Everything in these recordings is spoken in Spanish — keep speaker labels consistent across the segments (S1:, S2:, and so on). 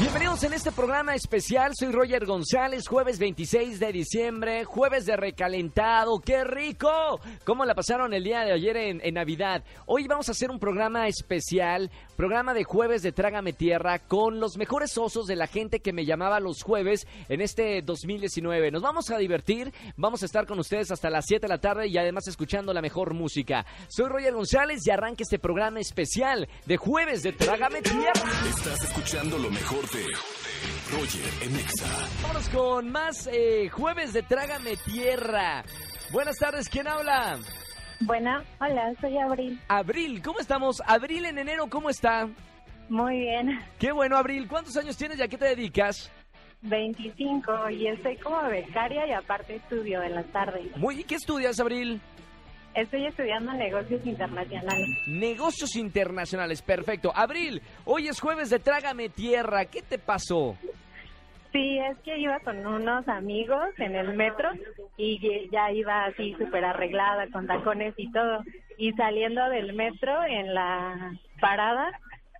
S1: Bienvenidos en este programa especial, soy Roger González, jueves 26 de diciembre, jueves de recalentado, ¡qué rico! ¿Cómo la pasaron el día de ayer en, en Navidad? Hoy vamos a hacer un programa especial, programa de jueves de Trágame Tierra, con los mejores osos de la gente que me llamaba los jueves en este 2019. Nos vamos a divertir, vamos a estar con ustedes hasta las 7 de la tarde y además escuchando la mejor música. Soy Roger González y arranca este programa especial de jueves de Trágame Tierra.
S2: Estás escuchando lo mejor de Roger en Exa.
S1: Vamos con más eh, jueves de Trágame Tierra. Buenas tardes, ¿quién habla?
S3: Bueno, hola, soy Abril.
S1: Abril, ¿cómo estamos? Abril en enero, ¿cómo está?
S3: Muy bien,
S1: Qué bueno, Abril. ¿Cuántos años tienes y a qué te dedicas?
S3: 25 y estoy como becaria y aparte estudio en la tarde.
S1: Muy, ¿y qué estudias, Abril?
S3: Estoy estudiando negocios internacionales.
S1: Negocios internacionales, perfecto. Abril, hoy es jueves de Trágame Tierra. ¿Qué te pasó?
S3: Sí, es que iba con unos amigos en el metro y ye- ya iba así súper arreglada con tacones y todo. Y saliendo del metro en la parada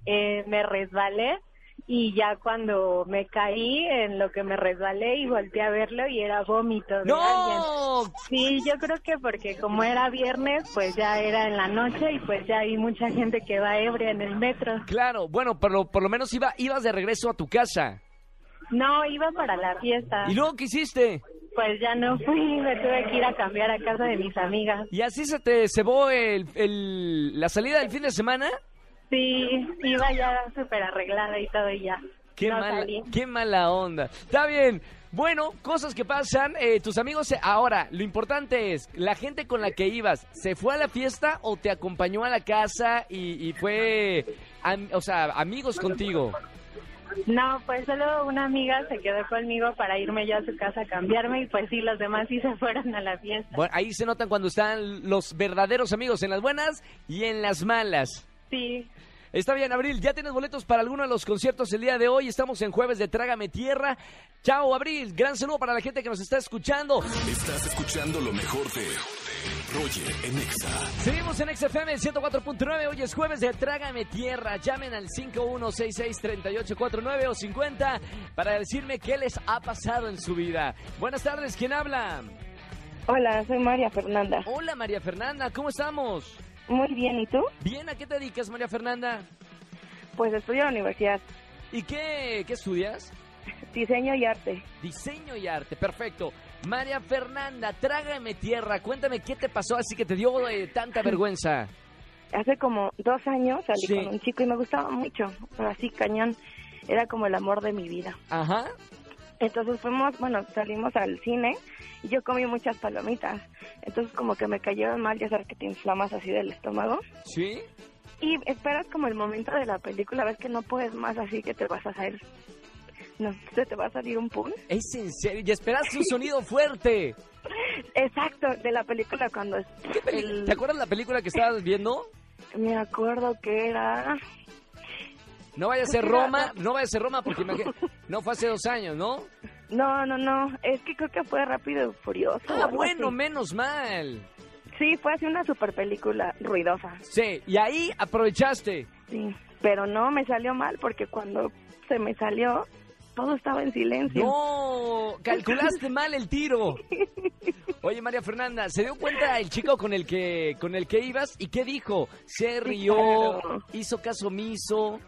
S3: eh, me resbalé y ya cuando me caí en lo que me resbalé y volteé a verlo y era vómito de alguien.
S1: ¡No!
S3: Sí, yo creo que porque como era viernes, pues ya era en la noche y pues ya hay mucha gente que va ebria en el metro.
S1: Claro, bueno, pero por lo menos iba, ibas de regreso a tu casa.
S3: No, iba para la fiesta.
S1: ¿Y luego qué hiciste?
S3: Pues ya no fui, me tuve que ir a cambiar a casa de mis amigas.
S1: ¿Y así se te cebó el- el- la salida del fin de semana?
S3: Sí, iba ya súper arreglada y todo y ya.
S1: Qué,
S3: no
S1: mala,
S3: salí.
S1: qué mala onda. Está bien. Bueno, cosas que pasan. eh, tus amigos, se- ahora, lo importante es, la gente con la que ibas, ¿se fue a la fiesta o te acompañó a la casa y, y fue, am- o sea, amigos contigo?
S3: No, pues solo una amiga se quedó conmigo para irme yo a su casa a cambiarme y pues sí, los demás sí se fueron a la fiesta.
S1: Bueno, ahí se notan cuando están los verdaderos amigos, en las buenas y en las malas.
S3: Sí,
S1: Está bien, Abril, ya tienes boletos para alguno de los conciertos el día de hoy. Estamos en jueves de Trágame Tierra. Chao, Abril. Gran saludo para la gente que nos está escuchando.
S2: Estás escuchando lo mejor de Roger en Exa.
S1: Seguimos en XFM 104.9. Hoy es jueves de Trágame Tierra. Llamen al 5166-3849 o 50 para decirme qué les ha pasado en su vida. Buenas tardes, ¿quién habla?
S4: Hola, soy María Fernanda.
S1: Hola María Fernanda, ¿cómo estamos?
S4: Muy bien, ¿y tú?
S1: Bien, ¿a qué te dedicas María Fernanda?
S4: Pues estudio en la universidad,
S1: ¿Y qué, qué estudias?
S4: diseño y arte.
S1: Diseño y arte, perfecto. María Fernanda, trágame tierra, cuéntame qué te pasó así que te dio eh, tanta vergüenza.
S4: Hace como dos años salí
S1: Sí.
S4: con un chico y me gustaba mucho, pero así cañón. Era como el amor de mi vida.
S1: Ajá,
S4: Entonces fuimos, bueno, salimos al cine y yo comí muchas palomitas. Entonces como que me cayeron mal, ya sabes que te inflamas así del estómago.
S1: ¿sí?
S4: Y esperas como el momento de la película, ves que no puedes más así que te vas a salir. No, se te va a salir un pun.
S1: Es en serio, y esperaste un sonido fuerte.
S4: Exacto, de la película cuando... es
S1: ¿Qué peli-
S4: el-
S1: ¿Te acuerdas la película que estabas viendo?
S4: Me acuerdo que era...
S1: No vaya a ser
S4: Creo que era-
S1: Roma, no vaya a ser Roma porque imagi- no fue hace dos años, ¿no?
S4: No, no, no. Es que creo que fue rápido y furioso. o
S1: Ah,
S4: algo
S1: bueno,
S4: así.
S1: menos mal.
S4: Sí, fue así una super película ruidosa.
S1: Sí, y ahí aprovechaste.
S4: Sí. Pero no, me salió mal porque cuando se me salió, todo estaba en silencio.
S1: No, calculaste mal el tiro. Oye, María Fernanda, ¿se dio cuenta el chico con el que con el que ibas y qué dijo? Se rió,
S4: claro.
S1: hizo caso omiso.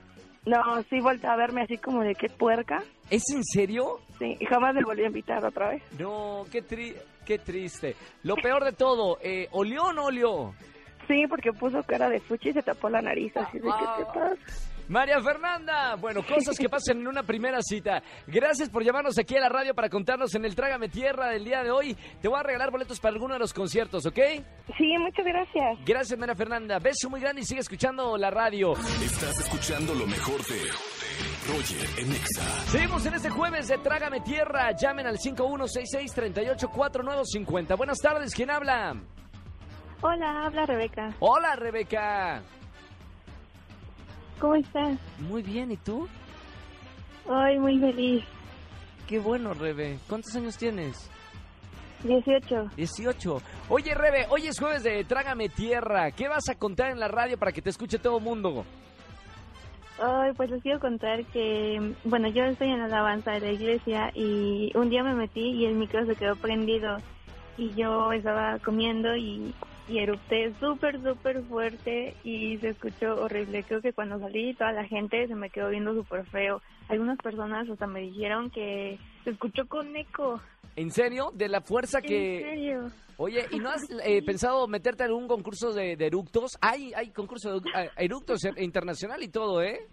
S4: No, sí volteó a verme así como de qué puerca.
S1: ¿Es en serio?
S4: Sí, y jamás me volvió a invitar otra vez.
S1: No, qué tri- qué triste. Lo peor de todo, eh, ¿olió o no olió?
S4: Sí, porque puso cara de fuchi y se tapó la nariz. Así de
S1: Ah.
S4: qué te pasa.
S1: María Fernanda, bueno, cosas que pasan en una primera cita. Gracias por llamarnos aquí a la radio para contarnos en el Trágame Tierra del día de hoy. Te voy a regalar boletos para alguno de los conciertos, ¿ok?
S4: Sí, muchas gracias.
S1: Gracias, María Fernanda. Beso muy grande y sigue escuchando la radio.
S2: Estás escuchando lo mejor de Roger en Exa.
S1: Seguimos en este jueves de Trágame Tierra. Llamen al 5166-384950. Buenas tardes, ¿quién habla?
S3: hola, habla Rebeca.
S1: Hola, Rebeca.
S3: ¿cómo estás?
S1: Muy bien, ¿y tú?
S3: Ay, muy feliz.
S1: Qué bueno, Rebe. ¿Cuántos años tienes?
S3: 18.
S1: 18. Oye, Rebe, hoy es jueves de Trágame Tierra. ¿Qué vas a contar en la radio para que te escuche todo el mundo?
S3: Ay, pues les quiero contar que, bueno, yo estoy en la alabanza de la iglesia y un día me metí y el micro se quedó prendido y yo estaba comiendo y, y erupté súper, súper fuerte y se escuchó horrible. Creo que cuando salí toda la gente se me quedó viendo súper feo. Algunas personas hasta me dijeron que se escuchó con eco.
S1: ¿En serio? De la fuerza
S3: ¿En
S1: que...
S3: serio?
S1: Oye, ¿y no has eh, pensado meterte en un concurso de, de eructos? Hay, hay concurso de eh, eructos internacional y todo, ¿eh?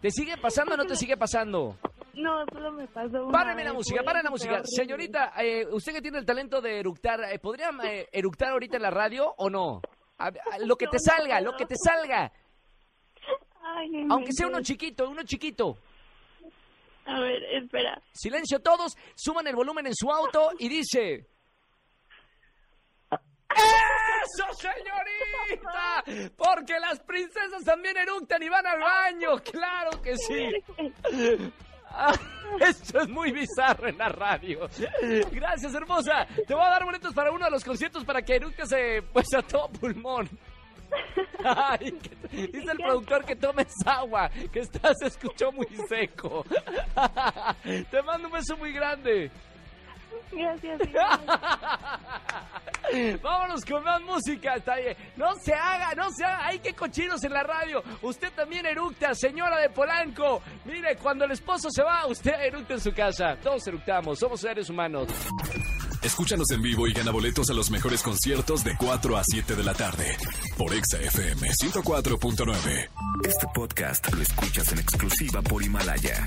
S1: ¿Te sigue pasando o no te sigue pasando?
S3: No, solo me pasó una
S1: Párenme la
S3: vez,
S1: música,
S3: fue
S1: párenme la
S3: súper
S1: música.
S3: horrible.
S1: Señorita, eh, usted que tiene el talento de eructar, eh, ¿podría eh, eructar ahorita en la radio o no? A- a- lo que
S3: No,
S1: te
S3: no
S1: salga, lo
S3: puedo.
S1: que te salga.
S3: Ay, no
S1: Aunque sea uno
S3: inventes.
S1: chiquito, uno chiquito.
S3: A ver, espera.
S1: Silencio todos, suman el volumen en su auto y dice... ¡Eso, señorita! Porque las princesas también eructan y van al baño. ¡Claro que sí! Ah, Esto es muy bizarro en la radio. Gracias, hermosa. Te voy a dar boletos para uno de los conciertos para que nunca se pues a todo pulmón. Ay, que- dice el productor que tomes agua, que estás se escuchó muy seco. Te mando un beso muy grande.
S3: Gracias. igual.
S1: Vámonos con más música, está bien. No se haga, no se haga. Hay que cochinos en la radio. Usted también eructa, señora de Polanco. Mire, cuando el esposo se va, usted eructa en su casa. Todos eructamos, somos seres humanos.
S2: Escúchanos en vivo y gana boletos a los mejores conciertos de 4 a 7 de la tarde por Exa FM 104.9.
S5: Este podcast lo escuchas en exclusiva por Himalaya.